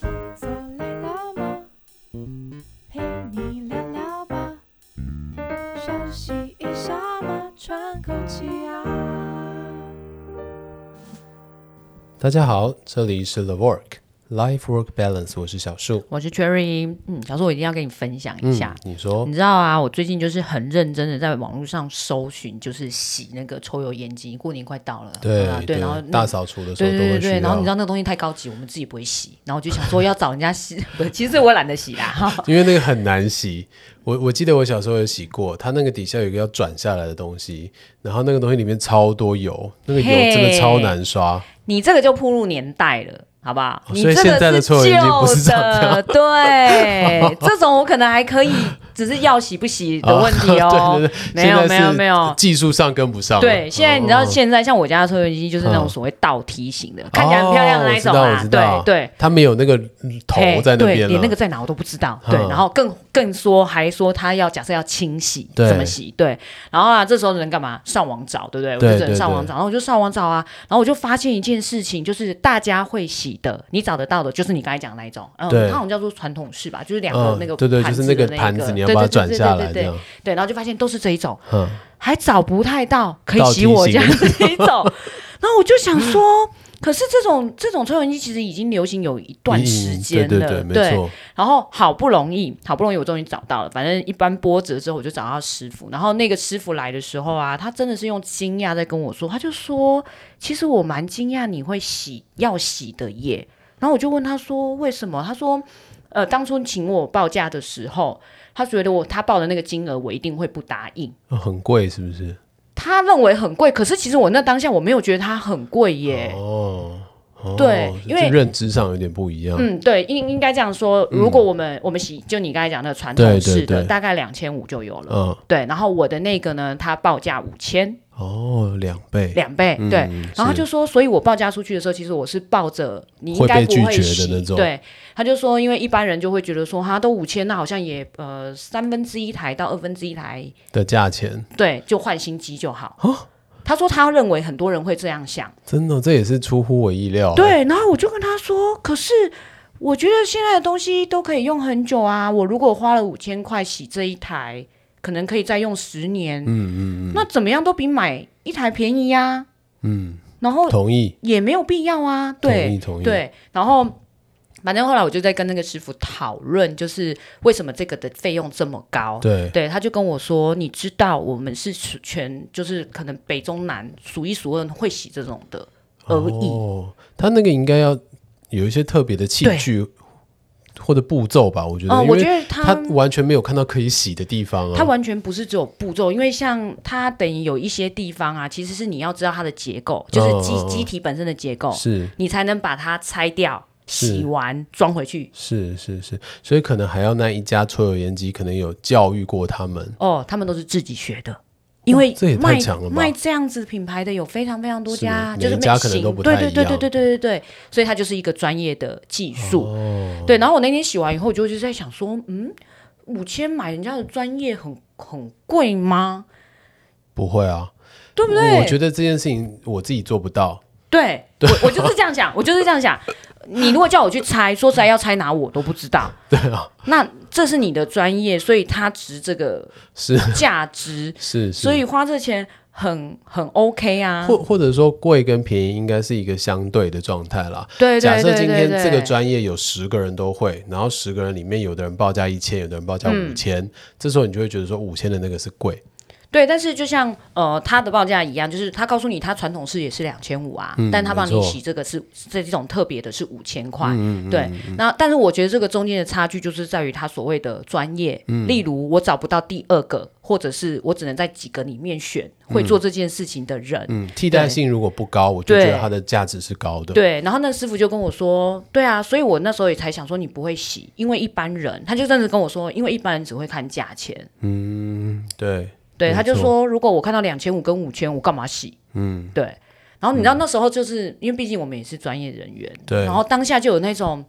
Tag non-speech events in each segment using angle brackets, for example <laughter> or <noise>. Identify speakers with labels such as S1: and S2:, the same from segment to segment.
S1: 坐累了吗？陪你聊聊吧，休息一下嘛，喘口气啊。
S2: 大家好，这里是 The Work Life Work Balance，我是小树。
S3: 我是 Cherry，嗯，小时候我一定要跟你分享一
S2: 嗯
S3: 下。，
S2: 你说
S3: 你知道啊，我最近就是很认真的在网络上搜寻，就是洗那个抽油烟机，过年快到了，
S2: 对
S3: 啊、对，然后那
S2: 大。扫除的时候
S3: 对
S2: 都
S3: 对对
S2: 会需
S3: 对，然后你知
S2: 要，
S3: 道那个东西太高级，我们自己不会洗，然后我就想说要找人
S2: <laughs>
S3: 家洗，不是，其实我懒得洗啦， <laughs> 哈，
S2: 因为那个很难洗。我我记得我小时候有洗过，它那个底下有一个要转下来的东西，然后那个东西里面超多油，那个油
S3: 嘿
S2: 真的超难刷。
S3: 你这个就铺入年代了，好不好？
S2: 哦
S3: 你
S2: 所以
S3: 这
S2: 现在的
S3: 个
S2: 抽油
S3: 是
S2: 烟机不是
S3: 旧
S2: 长这
S3: 的，对，这种我可能还可以，只是要洗不洗的问题
S2: <laughs>
S3: 哦
S2: 对对对，，
S3: 没有
S2: 现在
S3: 没有
S2: 是
S3: 没有，
S2: 技术上跟不上了。
S3: 对，现在你知道
S2: 哦
S3: 现在像我家的抽油烟机就是那种
S2: 嗯
S3: 所谓倒梯型的，看起来很漂亮的那一种
S2: 哦我
S3: 啊
S2: 知，道我
S3: 对
S2: 知道
S3: 对。
S2: 它没有那个嗯头
S3: 嘿
S2: 在那
S3: 对
S2: 边了，
S3: 连那个在哪我都不知道。对，
S2: 嗯
S3: 然后更更说还说他要假设要清洗，
S2: 对
S3: 怎么洗？对，然后啊，这时候能干嘛？上网找，对不对？我
S2: 对
S3: 就只能
S2: 对
S3: 上网
S2: 对
S3: 找，然后我就上网找啊，然后我就发现一件事情，就是大家会洗的，你找得到的，就是你刚才讲的那一种，嗯，
S2: 对
S3: 它好像叫做传统式吧，就是两个
S2: 嗯
S3: 那个
S2: 对对，就
S3: 盘
S2: 是
S3: 子
S2: 那个
S3: 的那一
S2: 盘子，你要
S3: 对
S2: 把它
S3: 对对
S2: 转
S3: 对
S2: 下
S3: 对
S2: 来，
S3: 对
S2: 这样，
S3: 对，然后就发现都是这一种，
S2: 嗯，
S3: 还找不太到可以
S2: 到
S3: 洗我
S2: 提醒
S3: 家
S2: <laughs>
S3: 这一种，然后我就想说，可是这种这种抽油烟机其实已经流行有一段
S2: 嗯
S3: 时间
S2: 对
S3: 了，
S2: 对对，没错，
S3: 然后好不容易，好不容易我终于找到了，反正一般波折之后我就找到师傅，然后那个师傅来的时候啊，他真的是用惊讶在跟我说，他就说，其实我蛮惊讶你会洗要洗的耶，然后我就问他说为什么，他说。呃，当初请我报价的时候，他觉得我他报的那个金额我一定会不答应，
S2: 哦很贵是不是？
S3: 他认为很贵，可是其实我那当下我没有觉得它很贵耶。
S2: 哦，哦
S3: 对
S2: 这
S3: 因为
S2: 认知上有点不一样。
S3: 嗯，对，应应该这样说。如果我们、我们洗，就你刚才讲的传
S2: 对对
S3: 统式的，
S2: 嗯对
S3: 大概两千五就有了。
S2: 嗯，
S3: 对，然后我的那个呢，它报价五千，
S2: 哦，两倍，
S3: 两倍。
S2: 嗯
S3: 对，然后他
S2: 是
S3: 就说，所以我报价出去的时候，其实我是抱着你应
S2: 会
S3: 该
S2: 被
S3: 不
S2: 拒
S3: 会
S2: 绝的
S3: 洗
S2: 那种
S3: 对，他就说，因为一般人就会觉得说，哈，都五千，那好像也呃三分之一台到二分之一台
S2: 的价钱，
S3: 对，就换新机就好。
S2: 啊
S3: 他说他认为很多人会这样想。
S2: 真的这也是出乎我意料。，
S3: 对，然后我就跟他说，可是我觉得现在的东西都可以用很久啊，我如果花了五千块洗这一台，可能可以再用十年，嗯嗯嗯，那怎么样都比买一台便宜呀、啊，嗯，然后
S2: 同意，
S3: 也没有必要啊，
S2: 同
S3: 对，
S2: 意，同意。，
S3: 对，然后反正后来我就在跟那个师傅讨论，就是为什么这个的费用这么高。
S2: 对
S3: 对，他就跟我说，你知道我们是全全就是可能北中南数一数二会洗这种的而已。
S2: 哦，他那个应该要有一些特别的器
S3: 对
S2: 具或者步骤吧，我觉
S3: 哦
S2: 得，，因
S3: 我觉
S2: 为
S3: 得
S2: 他
S3: 他
S2: 完全没有看到可以洗的地方
S3: 它
S2: 啊。
S3: 完全不是只有步骤，因为像它等于有一些地方啊，其实是你要知道它的结构，就是机、
S2: 哦哦哦
S3: 机体本身的结构，
S2: 是
S3: 你才能把它拆掉、
S2: 是
S3: 洗完装回去。
S2: 是是是，所以可能还要那一家抽油烟机可能有教育过他们。
S3: 哦，他们都是自己学的，因为
S2: 这也太
S3: 卖
S2: 强了吧
S3: 卖这样子品牌的有非常非常多家，
S2: 是
S3: 就是
S2: 每一家
S3: 类
S2: 可能
S3: 型
S2: 都不
S3: 对
S2: 太
S3: 对
S2: 一
S3: 对
S2: 样
S3: 对对对对对，所以它就是一个专业的技术。
S2: 哦
S3: 对，然后我那天洗完以后，我就就在想说，嗯，五千买人家的专业很很贵吗？
S2: 不会啊，
S3: 对不对？
S2: 我觉得这件事情我自己做不到。
S3: 对，我我就是这样想，我就是这样想。你如果叫我去猜，说实在要猜哪我都不知道。
S2: 对啊，
S3: 那这是你的专业，所以它值这个 <laughs>
S2: 是
S3: 价
S2: <laughs>
S3: 值，
S2: 是是。
S3: 所以花这钱很很 OK 啊。
S2: 或或者说贵跟便宜应该是一个相对的状态啦。
S3: 对对对
S2: 假设今天
S3: 对对
S2: 这个专业有十个人都会，然后十个人里面有的人报价一千，有的人报价
S3: 嗯
S2: 五千、这时候你就会觉得说五千的那个是贵，
S3: 对，但是就像呃他的报价一样，就是他告诉你他传统式也是两千五啊，但他帮
S2: 嗯没
S3: 你
S2: 错嗯
S3: 洗这个是这这种特别的是五千块。对，那但是我觉得这个中间的差距就是在于他所谓的专业，
S2: 嗯
S3: 例如我找不到第二个，或者是我只能在几个里面选会做这件事情的人。
S2: 嗯，替代性如果不高，我就觉得
S3: 对
S2: 它的价值是高的。
S3: 对，然后那个师傅就跟我说，对啊，所以我那时候也才想说你不会洗，因为一般人，他就真的跟我说，因为一般人只会看价钱，
S2: 对
S3: 对，
S2: 没
S3: 他就
S2: 错
S3: 说如果我看到两千五跟五千，我干嘛洗？嗯，对。然后你知道那时候就是、因为毕竟我们也是专业人员，
S2: 嗯对
S3: 然后当下就有那种，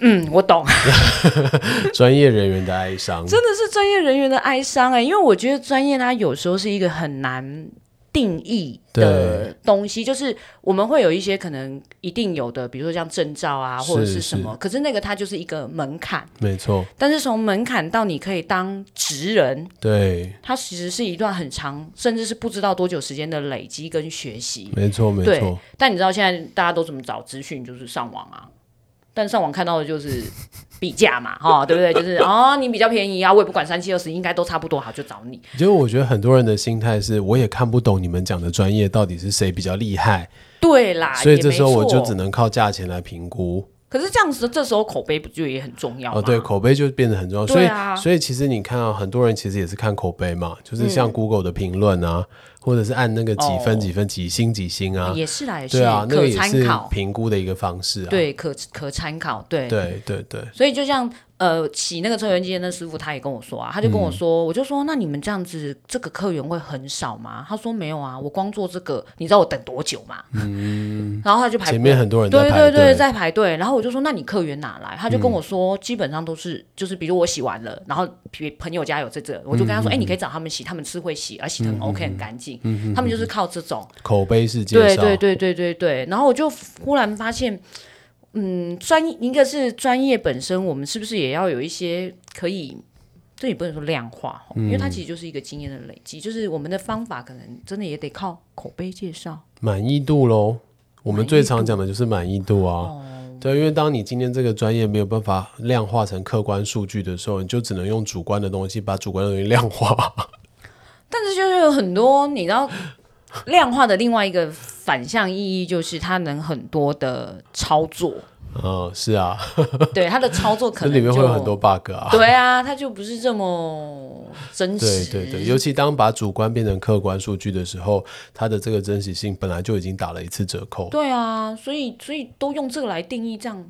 S3: 嗯，我懂， <laughs>
S2: 专业人员的哀伤，
S3: 欸真的是专业人员的哀伤哎、因为我觉得专业它有时候是一个很难定义的东西，就是我们会有一些可能一定有的，比如说像证照啊
S2: 是
S3: 或者是什么，可是那个它就是一个门槛，
S2: 没错，
S3: 但是从门槛到你可以当职人，
S2: 对，
S3: 它其实是一段很长，甚至是不知道多久时间的累积跟学习。
S2: 没错，没
S3: 对
S2: 错，，
S3: 但你知道现在大家都怎么找资讯？就是上网啊。但上网看到的就是比价嘛，哈、对不对？就是哦，你比较便宜啊，我也不管三七二十一，应该都差不多，好就找你。
S2: 就我觉得很多人的心态是，我也看不懂你们讲的专业到底是谁比较厉害，
S3: 对啦，
S2: 所以
S3: 啊也
S2: 这
S3: 没
S2: 时候我
S3: 错
S2: 就只能靠价钱来评估。
S3: 可是这样子，这时候口碑不就也很重要吗？
S2: 哦，对，口碑就变得很重要。所
S3: 对
S2: 以，
S3: 啊
S2: 所以其实你看啊，很多人其实也是看口碑嘛，就是像 Google 的评论啊，或者是按那个几分
S3: 嗯哦
S2: 几分几星几星啊，
S3: 也是啦，也是、
S2: 对啊，那个
S3: 可
S2: 也
S3: 参
S2: 是
S3: 考，
S2: 评估的一个方式啊。
S3: 对，可可参考，对。
S2: 对对对，
S3: 所以就像呃，洗那个抽油烟机的那师傅，他也跟我说啊，他就跟
S2: 嗯
S3: 我说，我就说那你们这样子，这个客源会很少吗？他说没有啊，我光做这个，你知道我等多久吗？嗯，然后他就排
S2: 前面很多人在
S3: 对
S2: 排
S3: 对
S2: 队，
S3: 对，在排队。然后我就说，那你客源哪来？他就跟我说，基本上都是就是，比如我洗完了，然后比朋友家有这这，我就跟
S2: 嗯
S3: 他说，哎、你可以找他们洗，他们是会洗，而洗的很 OK，、很干净。
S2: 嗯
S3: 他们就是靠这种。
S2: 口碑是介
S3: 对
S2: 绍，
S3: 对对对对对。然后我就忽然发现，嗯，专一个是专业本身，我们是不是也要有一些可以？这也不能说量化哦，因为它
S2: 嗯
S3: 其实就是一个经验的累积，就是我们的方法可能真的也得靠口碑介绍。
S2: 满意度喽。我们最常讲的就是满意度啊。对，因为当你今天这个专业没有办法量化成客观数据的时候，你就只能用主观的东西把主观的东西量化。
S3: 但是就是有很多你知道，量化的另外一个反向意义就是它能很多的操作，
S2: 嗯，是啊，
S3: 对它的操作可
S2: <laughs> 这
S3: 能
S2: 里面会有
S3: 就
S2: 很多 bug 啊。
S3: 对啊，它就不是这么真
S2: 对
S3: 实。
S2: 对对，尤其当把主观变成客观数据的时候，它的这个真实性本来就已经打了一次折扣。
S3: 对啊，所以所以都用这个来定义，这样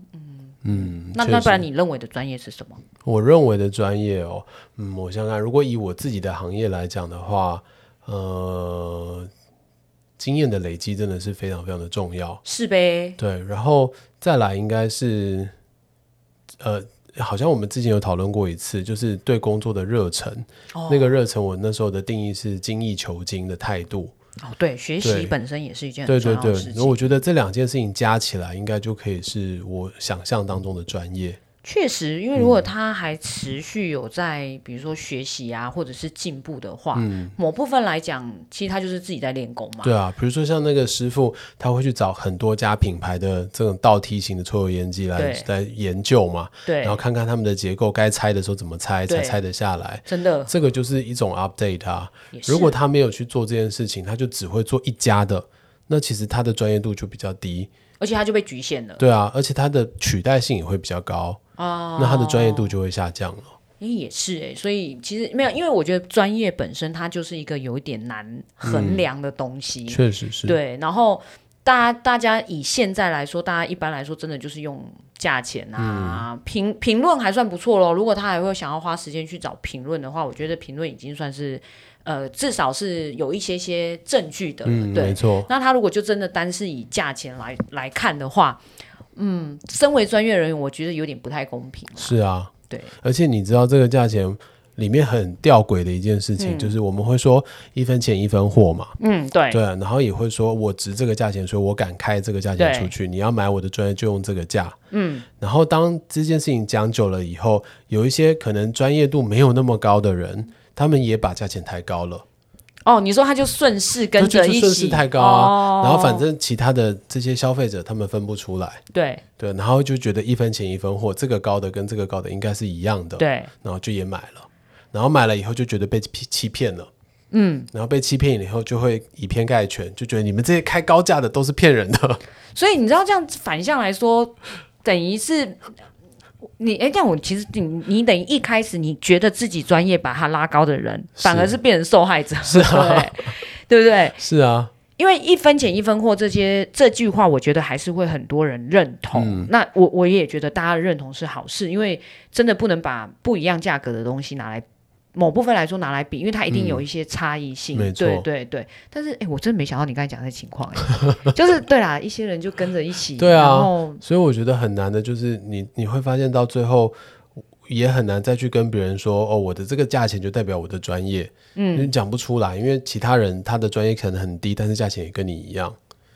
S2: 嗯，
S3: 那
S2: 确
S3: 那
S2: 实
S3: 不然你认为的专业是什么？
S2: 我认为的专业哦，嗯，我想想看，如果以我自己的行业来讲的话，呃，经验的累积真的是非常非常的重要。
S3: 是呗？
S2: 对，然后再来应该是，呃，好像我们之前有讨论过一次，就是对工作的热忱。
S3: 哦
S2: 那个热忱，我那时候的定义是精益求精的态度。
S3: 哦，对，学
S2: 对
S3: 习本身也是一件
S2: 对
S3: 很重
S2: 对
S3: 要
S2: 对
S3: 的事，
S2: 那我觉
S3: 情。
S2: 得这两件事情加起来，应该就可以是我想象当中的专业。
S3: 确实，因为如果他还持续有在，比如说学习啊，或者是进步的话，某部分来讲，其实他就是自己在练功嘛。
S2: 嗯对啊，比如说像那个师傅，他会去找很多家品牌的这种倒梯形的抽油烟机来
S3: 对
S2: 来研究嘛，
S3: 对
S2: 然后看看他们的结构，该拆的时候怎么拆才
S3: 对
S2: 拆得下来。
S3: 真的
S2: 这个就是一种 update 啊。
S3: 也是。
S2: 如果他没有去做这件事情，他就只会做一家的，那其实他的专业度就比较低。
S3: 而且他就被局限了，
S2: 对啊，而且他的取代性也会比较高，
S3: 哦
S2: 那他的专业度就会下降了。
S3: 诶也是哎、所以其实没有，因为我觉得专业本身它就是一个有一点难
S2: 嗯
S3: 衡量的东西，
S2: 确实是，
S3: 对，然后大家大家以现在来说，大家一般来说真的就是用价钱啊，
S2: 嗯
S3: 评评论还算不错咯。如果他还会想要花时间去找评论的话，我觉得评论已经算是呃，至少是有一些些证据的了。
S2: 嗯，没
S3: 对，
S2: 错，
S3: 那他如果就真的单是以价钱来来看的话，嗯，身为专业人员，我觉得有点不太公平啦。
S2: 是啊。
S3: 对，
S2: 而且你知道这个价钱里面很吊诡的一件事情，就是我们会说一分钱一分货嘛，
S3: 嗯，对，
S2: 对，啊然后也会说我值这个价钱，所以我敢开这个价钱
S3: 对
S2: 出去，你要买我的专业就用这个价，嗯，然后当这件事情讲久了以后，有一些可能专业度没有那么高的人。他们也把价钱抬高了，
S3: 哦，你说他就顺势跟
S2: 就
S3: 着
S2: 就
S3: 一
S2: 顺势
S3: 起，
S2: 抬高啊，
S3: 哦
S2: 然后反正其他的这些消费者他们分不出来，
S3: 对
S2: 对，然后就觉得一分钱一分货，这个高的跟这个高的应该是一样的，
S3: 对，
S2: 然后就也买了，然后买了以后就觉得被欺欺骗了，嗯，然后被欺骗以后就会以偏概全，就觉得你们这些开高价的都是骗人的，
S3: 所以你知道这样反向来说，等于是你哎，这样我其实你你等于一开始你觉得自己专业把它拉高的人，
S2: 是
S3: 反而是变成受害者，是啊、对对不对？
S2: <laughs> 是啊，
S3: 因为一分钱一分货这些这句话，我觉得还是会很多人认同。
S2: 嗯
S3: 那我我也觉得大家的认同是好事，因为真的不能把不一样价格的东西拿来。某部分来说拿来比，因为它一定有一些差异性，
S2: 嗯没错
S3: 对对对。但是，哎、我真没想到你刚才讲的情
S2: <laughs>
S3: 况、哎，就是对啦，一些人就跟着一起，
S2: 对啊
S3: 然后
S2: 所以我觉得很难的就是你你会发现到最后。也很难再去跟别人说哦，我的这个价钱就代表我的专业，嗯，你讲不出来，因为其他人他的专业可能很低，但是价钱也跟你一样，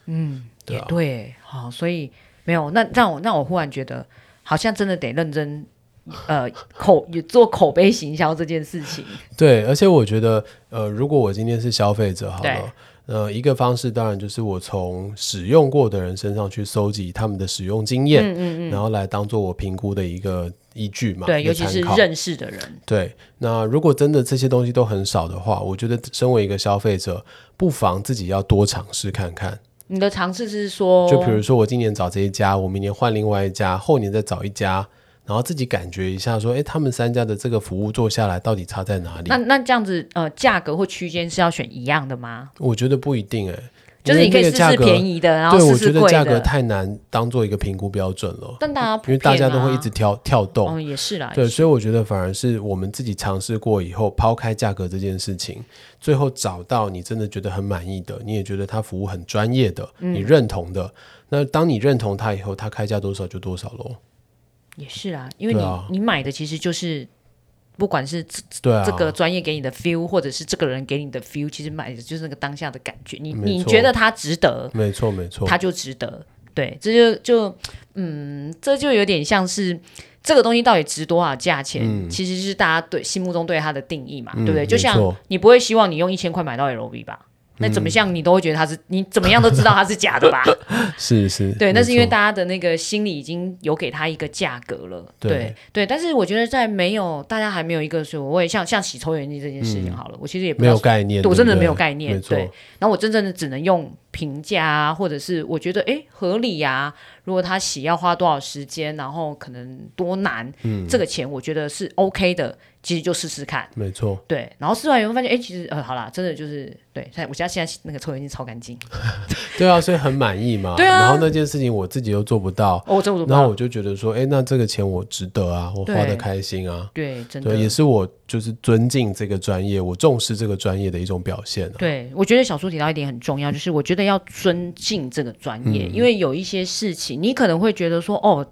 S3: 嗯，
S2: 对
S3: 也
S2: 啊
S3: 对，好，所以没有那让我让我忽然觉得，好像真的得认真，呃，口做口碑行销这件事情，
S2: 对，而且我觉得，呃，如果我今天是消费者，好
S3: 对
S2: 了，呃，一个方式当然就是我从使用过的人身上去搜集他们的使用经验，嗯嗯然后来当做我评估的一个依据嘛，
S3: 对，
S2: 一个
S3: 尤其
S2: 参
S3: 是
S2: 考
S3: 认识的人，
S2: 对，那如果真的这些东西都很少的话，我觉得身为一个消费者，不妨自己要多尝试看看。
S3: 你的尝试是说，
S2: 就比如说我今年找这一家，我明年换另外一家，后年再找一家，然后自己感觉一下说，诶，他们三家的这个服务做下来到底差在哪里
S3: 那？那这样子，呃，价格或区间是要选一样的吗？
S2: 我觉得不一定诶，欸
S3: 就是你可以试试
S2: 因为那个价格
S3: 便宜的，然后
S2: 对，
S3: 试
S2: 我觉
S3: 试
S2: 得
S3: 贵
S2: 价格
S3: 的，
S2: 太难当做一个评估标准了，
S3: 但大家普
S2: 因为大
S3: 遍
S2: 家都会
S3: 啊
S2: 一直跳跳动。
S3: 嗯，也是啦，
S2: 对，
S3: 也是
S2: 所以我觉得反而是我们自己尝试过以后，抛开价格这件事情，最后找到你真的觉得很满意的，你也觉得他服务很专业的，
S3: 嗯
S2: 你认同的。那当你认同他以后，他开价多少就多少喽。
S3: 也是啦，因为你、
S2: 对啊
S3: 你买的其实就是。不管是这
S2: 对啊，
S3: 这个专业给你的 feel，或者是这个人给你的 feel，其实买的就是那个当下的感觉。你
S2: 没
S3: 你
S2: 错
S3: 觉得它值得，
S2: 没错没错
S3: 它，就值得。对，这就就嗯，这就有点像是这个东西到底值多少价钱，其实是大家对心目中对它的定义嘛，对不对？
S2: 嗯
S3: 就像
S2: 没错
S3: 你不会希望你用一千块买到 LV 吧？
S2: 嗯
S3: 那怎么像你都会觉得它是，你怎么样都知道它是假的吧？
S2: <laughs> 是是，
S3: 对，那
S2: 没
S3: 是因为
S2: 错
S3: 大家的那个心里已经有给他一个价格了，
S2: 对
S3: 对对但是我觉得在没有大家还没有一个所谓像像洗抽油烟机这件事情好了，我其实也不
S2: 没
S3: 知道
S2: 有概念，
S3: 对我
S2: 对
S3: 真
S2: 不
S3: 的没
S2: 对
S3: 有概念
S2: 没错
S3: 对然后我真正的只能用评价啊，或者是我觉得诶合理呀、如果他洗要花多少时间，然后可能多难，
S2: 嗯
S3: 这个钱我觉得是 OK 的，其实就试试看。
S2: 没错，
S3: 对，然后试完以后发现，诶，其实呃，好啦，真的就是对，现在我家现在那个抽油烟机超干净，
S2: 对啊，所以很满意嘛。
S3: 对啊
S2: 然后那件事情我自己又做不到，
S3: 哦，这我都不知
S2: 然后
S3: 道。
S2: 我就觉得说，诶，那这个钱我值得啊，我花
S3: 对
S2: 的开心啊。
S3: 对，真的
S2: 对，也是我就是尊敬这个专业，我重视这个专业的一种表现、啊。
S3: 对，我觉得小叔提到一点很重要，就是我觉得要尊敬这个专业，
S2: 嗯
S3: 因为有一些事情你可能会觉得说，哦，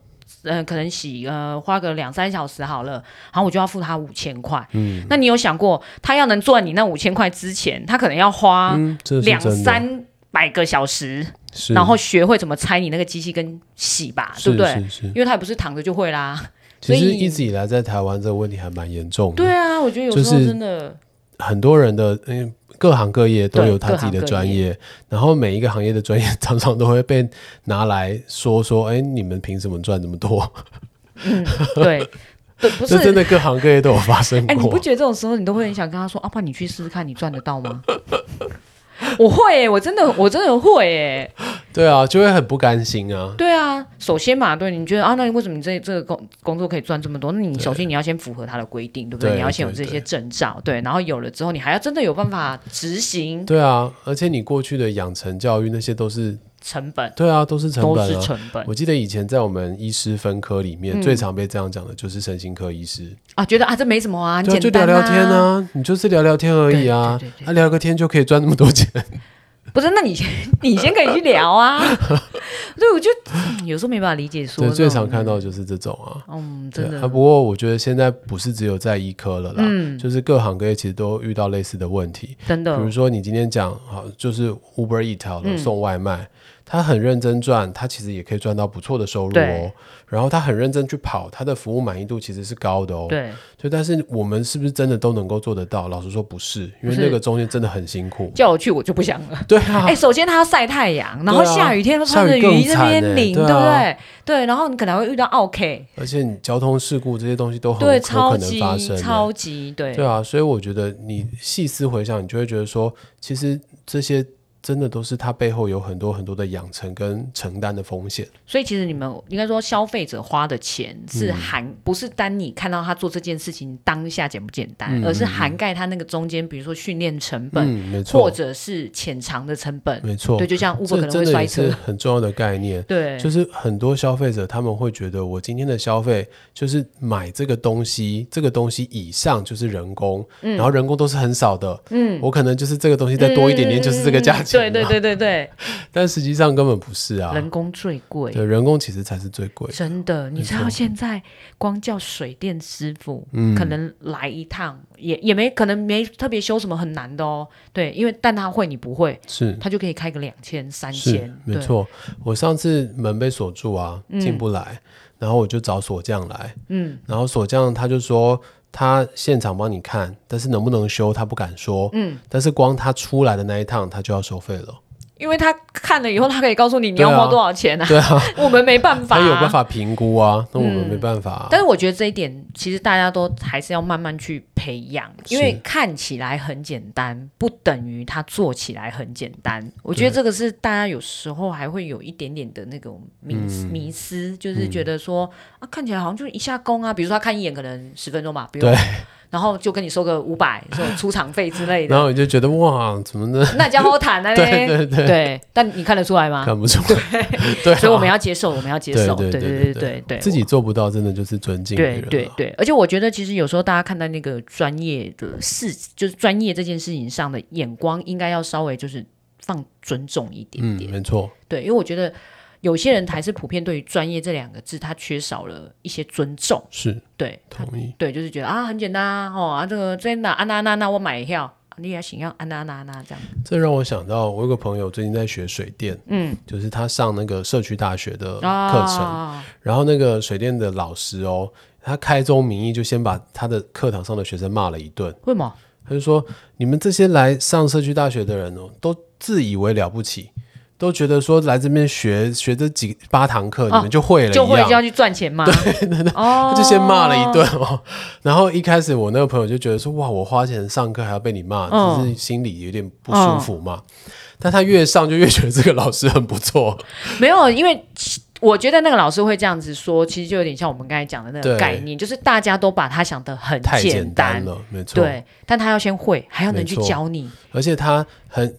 S3: 呃，可能洗呃花个两三小时好了，然后我就要付他五千块。嗯，那你有想过，他要能赚你那五千块之前，他可能要花
S2: 嗯，这是
S3: 啊两
S2: 真的，
S3: 三百个小时，
S2: 是
S3: 然后学会怎么拆你那个机器跟洗吧，
S2: 是
S3: 对不对？
S2: 是是，
S3: 因为他也不是躺着就会啦。所
S2: 其
S3: 以
S2: 实一直以来在台湾这个问题还蛮严重的。
S3: 对啊，我觉得有
S2: 就
S3: 时候
S2: 是
S3: 真的，
S2: 很多人的嗯，各行各业都
S3: 对
S2: 有他自己的专业，然后每一个行业的专业 <laughs> 常常都会被拿来说说，哎，你们凭什么赚这么多？
S3: 嗯，对，对，不是
S2: 这真的各行各业都有发生
S3: 哎、你不
S2: 过。啊
S3: 觉得这种时候你都会很想跟他说：“阿、啊、爸，你去试试看，你赚得到吗？” <laughs> 我会、欸，我真的，我真的会、欸，
S2: 对啊，就会很不甘心啊。
S3: 对啊。首先嘛，对，你觉得啊，那你为什么你这这个工工作可以赚这么多？那你首先你要先符合他的规定，对不对？
S2: 对
S3: 你要先有这
S2: 对
S3: 些证照，对，然后有了之后，你还要真的有办法执行
S2: 对啊，而且你过去的养成教育那些都是，
S3: 成本，
S2: 对啊，都是成
S3: 都
S2: 本
S3: 是
S2: 啊。
S3: 成本
S2: 我记得以前在我们医师分科里面，
S3: 嗯
S2: 最常被这样讲的就是身心科医师，
S3: 啊，觉得啊，这没什么啊，很
S2: 对啊，就
S3: 简
S2: 聊
S3: 单
S2: 聊天。啊，你就是聊聊天而已啊
S3: 对对对，对
S2: 啊聊个天就可以赚那么多
S3: <laughs>
S2: 钱，
S3: 不是，那你先，你先可以去聊啊。
S2: <laughs>
S3: 对，我就、嗯有时候没办法理解说，
S2: 对，最常看，到就是这种啊。
S3: 嗯，
S2: 对
S3: 真的
S2: 啊，，不过我觉得现在不是只有在医科了啦，
S3: 嗯
S2: 就是各行各业其实都遇到类似的问题。
S3: 真的
S2: 比，如说你今天讲好，就是 Uber Eat 好了、
S3: 嗯
S2: 送外卖，他很认真赚，他其实也可以赚到不错的收入哦
S3: 对。
S2: 然后他很认真去跑，他的服务满意度其实是高的哦。
S3: 对。
S2: 所以，但是我们是不是真的都能够做得到？老实说，不是，因
S3: 不
S2: 为
S3: 是
S2: 那个中间真的很辛苦。
S3: 叫我去我就不想了。
S2: 对啊，
S3: 哎、首先他要晒太阳，然后
S2: 对啊
S3: 下雨天都穿着
S2: 下雨更
S3: 雨衣在那边
S2: 惨欸
S3: 淋，
S2: 对啊
S3: 对不对？对，然后你可能还会遇到 OK，
S2: 而且你交通事故这些东西都很
S3: 对，
S2: 有
S3: 超
S2: 哦可能
S3: 级
S2: 发生欸。
S3: 超级对，
S2: 对啊，所以我觉得你细思回想，你就会觉得说，其实这些真的都是它背后有很多很多的养成跟承担的风险。
S3: 所以其实你们应该说消费者花的钱是
S2: 嗯
S3: 涵，不是单你看到他做这件事情当下简不简单，
S2: 嗯
S3: 而是涵盖他那个中间，比如说训练成本，
S2: 嗯，没
S3: 或
S2: 错，
S3: 者是潜藏的成本。
S2: 没错
S3: 对，，就像 Uber 可
S2: 这
S3: 能
S2: 真
S3: 会
S2: 的
S3: 摔
S2: 也是
S3: 车，
S2: 很重要的概念。
S3: 对，
S2: 就是很多消费者他们会觉得，我今天的消费就是买这个东西，这个东西以
S3: 嗯
S2: 上就是人工，然后人工都是很少的，嗯，我可能就是这个东西再多一点点就是这个价钱嘛，
S3: 对对对对对，
S2: 但实际上根本不是啊。
S3: 人工最贵，
S2: 对，人工其实才是最贵的。
S3: 真的。你知道现在光叫水电师傅，
S2: 嗯，
S3: 可能来一趟也也没可能没特别修什么很难的哦。对，因为但他会你不会，
S2: 是
S3: 他就可以开个两千三
S2: 是
S3: 千，
S2: 没
S3: 对，
S2: 错。我上次门被锁住啊，进不来，然后我就找锁匠来，
S3: 嗯，
S2: 然后锁匠他就说。他现场帮你看，但是能不能修他不敢说。嗯，但是光他出来的那一趟，他就要收费了。
S3: 因为他看了以后，他可以告诉你你
S2: 对啊
S3: 要花多少钱啊，
S2: 对啊，
S3: <laughs> 我们没办法、
S2: 他有办。法评估啊，那我们没办法啊、
S3: 嗯但是我觉得这一点，其实大家都还是要慢慢去培养，因为
S2: 是
S3: 看起来很简单，不等于他做起来很简单。我觉得这个是大家有时候还会有一点点的那种迷、
S2: 嗯
S3: 迷思，就是觉得说、啊，看起来好像就是一下工啊，比如说他看一眼可能十分钟吧，不用
S2: 对，
S3: 然后就跟你收个五百，说出场费之类
S2: <laughs>
S3: 的
S2: 然，后你就觉得哇，怎么呢？
S3: 那家伙谈
S2: <laughs>
S3: 了
S2: 对
S3: 嘞。
S2: 对对，
S3: 对，但你看得出来
S2: <laughs>
S3: 吗？
S2: 看不出来。对啊，
S3: 所以我们要接受，我们要接受，
S2: 对对对
S3: 对
S2: 对
S3: 对对对，
S2: 自己做不到，真的就是尊敬别人
S3: 对
S2: 啊、
S3: 对对，而且我觉得其实有时候大家看待那个专业的事，就是专业这件事情上的眼光，应该要稍微就是放尊重一点
S2: 嗯，
S3: 点。
S2: 没错，
S3: 对，因为我觉得有些人还是普遍对于专业这两个字，他缺少了一些尊重。
S2: 是
S3: 对，他
S2: 同意。
S3: 对，就是觉得啊很简单啊，哦啊这个在哪啊那那那我买票，啊你也行要啊那那那这样，
S2: 这让我想到，我有个朋友最近在学水电，
S3: 嗯
S2: 就是他上那个社区大学的课程，
S3: 啊，
S2: 然后那个水电的老师哦，他开宗明义就先把他的课堂上的学生骂了一顿，
S3: 为什么？
S2: 他就说：“你们这些来上社区大学的人哦，都自以为了不起。”都觉得说来这边学学这几八堂课，你
S3: 哦
S2: 们就会了一样，
S3: 就会就要去赚
S2: <laughs>
S3: 钱吗？哦
S2: 他，就先骂了一顿哦。 <laughs> 然后一开始我那个朋友就觉得说，哇，我花钱上课还要被你骂，
S3: 嗯
S2: 就是心里有点不舒服嘛。但他越上就越觉得这个老师很不错，
S3: 没有，因为其我觉得那个老师会这样子说，其实就有点像我们刚才讲的那
S2: 对
S3: 个概念，就是大家都把他想的很
S2: 太简
S3: 单
S2: 单了，没错。
S3: 对，但他要先会，还要能去
S2: 没错
S3: 教你，
S2: 而且他很。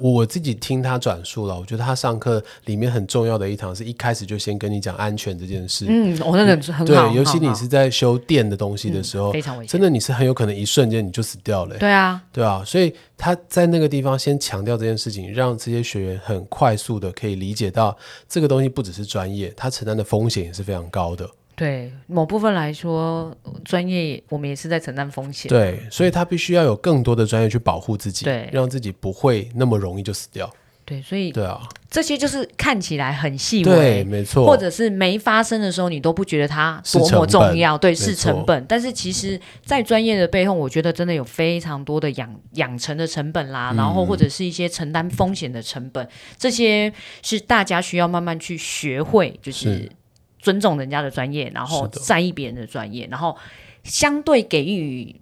S2: 我我自己听他转述了，我觉得他上课里面很重要的一堂是一开始就先跟你讲安全这件事，
S3: 嗯，我、哦、那个很
S2: 对
S3: 好，，
S2: 尤其
S3: 很好嗯
S2: 你是在修电的东西的时候，
S3: 非常危险
S2: 真，的你是很有可能一瞬间你就死掉了、欸
S3: 对啊，
S2: 对啊，所以他在那个地方先强调这件事情，让这些学员很快速的可以理解到这个东西不只是专业，他承担的风险也是非常高的。
S3: 对某部分来说，专业我们也是在承担风险，
S2: 对，所以他必须要有更多的专业去保护自己，
S3: 对
S2: 让自己不会那么容易就死掉。
S3: 对，所以
S2: 对啊，
S3: 这些就是看起来很细
S2: 对，
S3: 微。
S2: 没错，
S3: 或者是没发生的时候，你都不觉得它
S2: 是
S3: 多
S2: 成
S3: 么
S2: 本
S3: 重要，对，
S2: 没
S3: 是
S2: 错
S3: 成本。但是其实，在专业的背后，我觉得真的有非常多的养养成的成本
S2: 嗯
S3: 啦，然后或者是一些承担风险的成本，这些是大家需要慢慢去学会，就是
S2: 是
S3: 尊重人家的专业，然后
S2: 是的
S3: 在意别人的专业，然后相对给予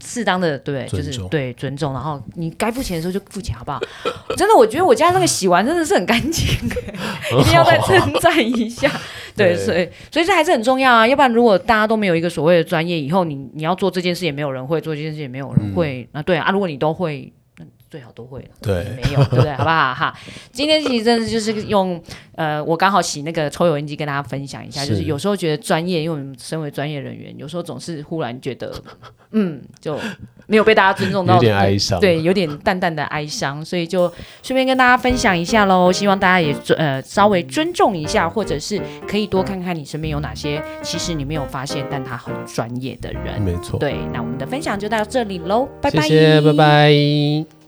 S3: 适当的对，就
S2: 尊
S3: 是
S2: 重
S3: 对尊重，然后你该付钱的时候就付钱，好不好？ <laughs> 真的，我觉得我家那个洗完真的是很干
S2: <laughs>
S3: 净， <laughs> 一定要再称赞一下。对，
S2: 对
S3: 所以所以这还是很重要啊，要不然如果大家都没有一个所谓的专业，以后你你要做这件事也没有人会，做这件事也没有人会。那对啊，啊如果你都会。那最好都会了，
S2: 嗯对
S3: 也 <laughs> 没有，对不对？好不好？哈，今天其实真的就是用，呃，我刚好洗那个抽油烟机跟大家分享一下，就是
S2: 是
S3: 有时候觉得专业，因为我们身为专业人员，有时候总是忽然觉得，嗯，就没有被大家尊重到，
S2: 有点哀伤。啊
S3: 对，，有点淡淡的哀伤， <laughs> 所以就顺便跟大家分享一下喽。希望大家也尊呃稍微尊重一下，或者是可以多看看你身边有哪些其实你没有发现，但他很专业的人。
S2: 没错。
S3: 对，那我们的分享就到这里喽，拜拜，
S2: 谢谢，拜拜。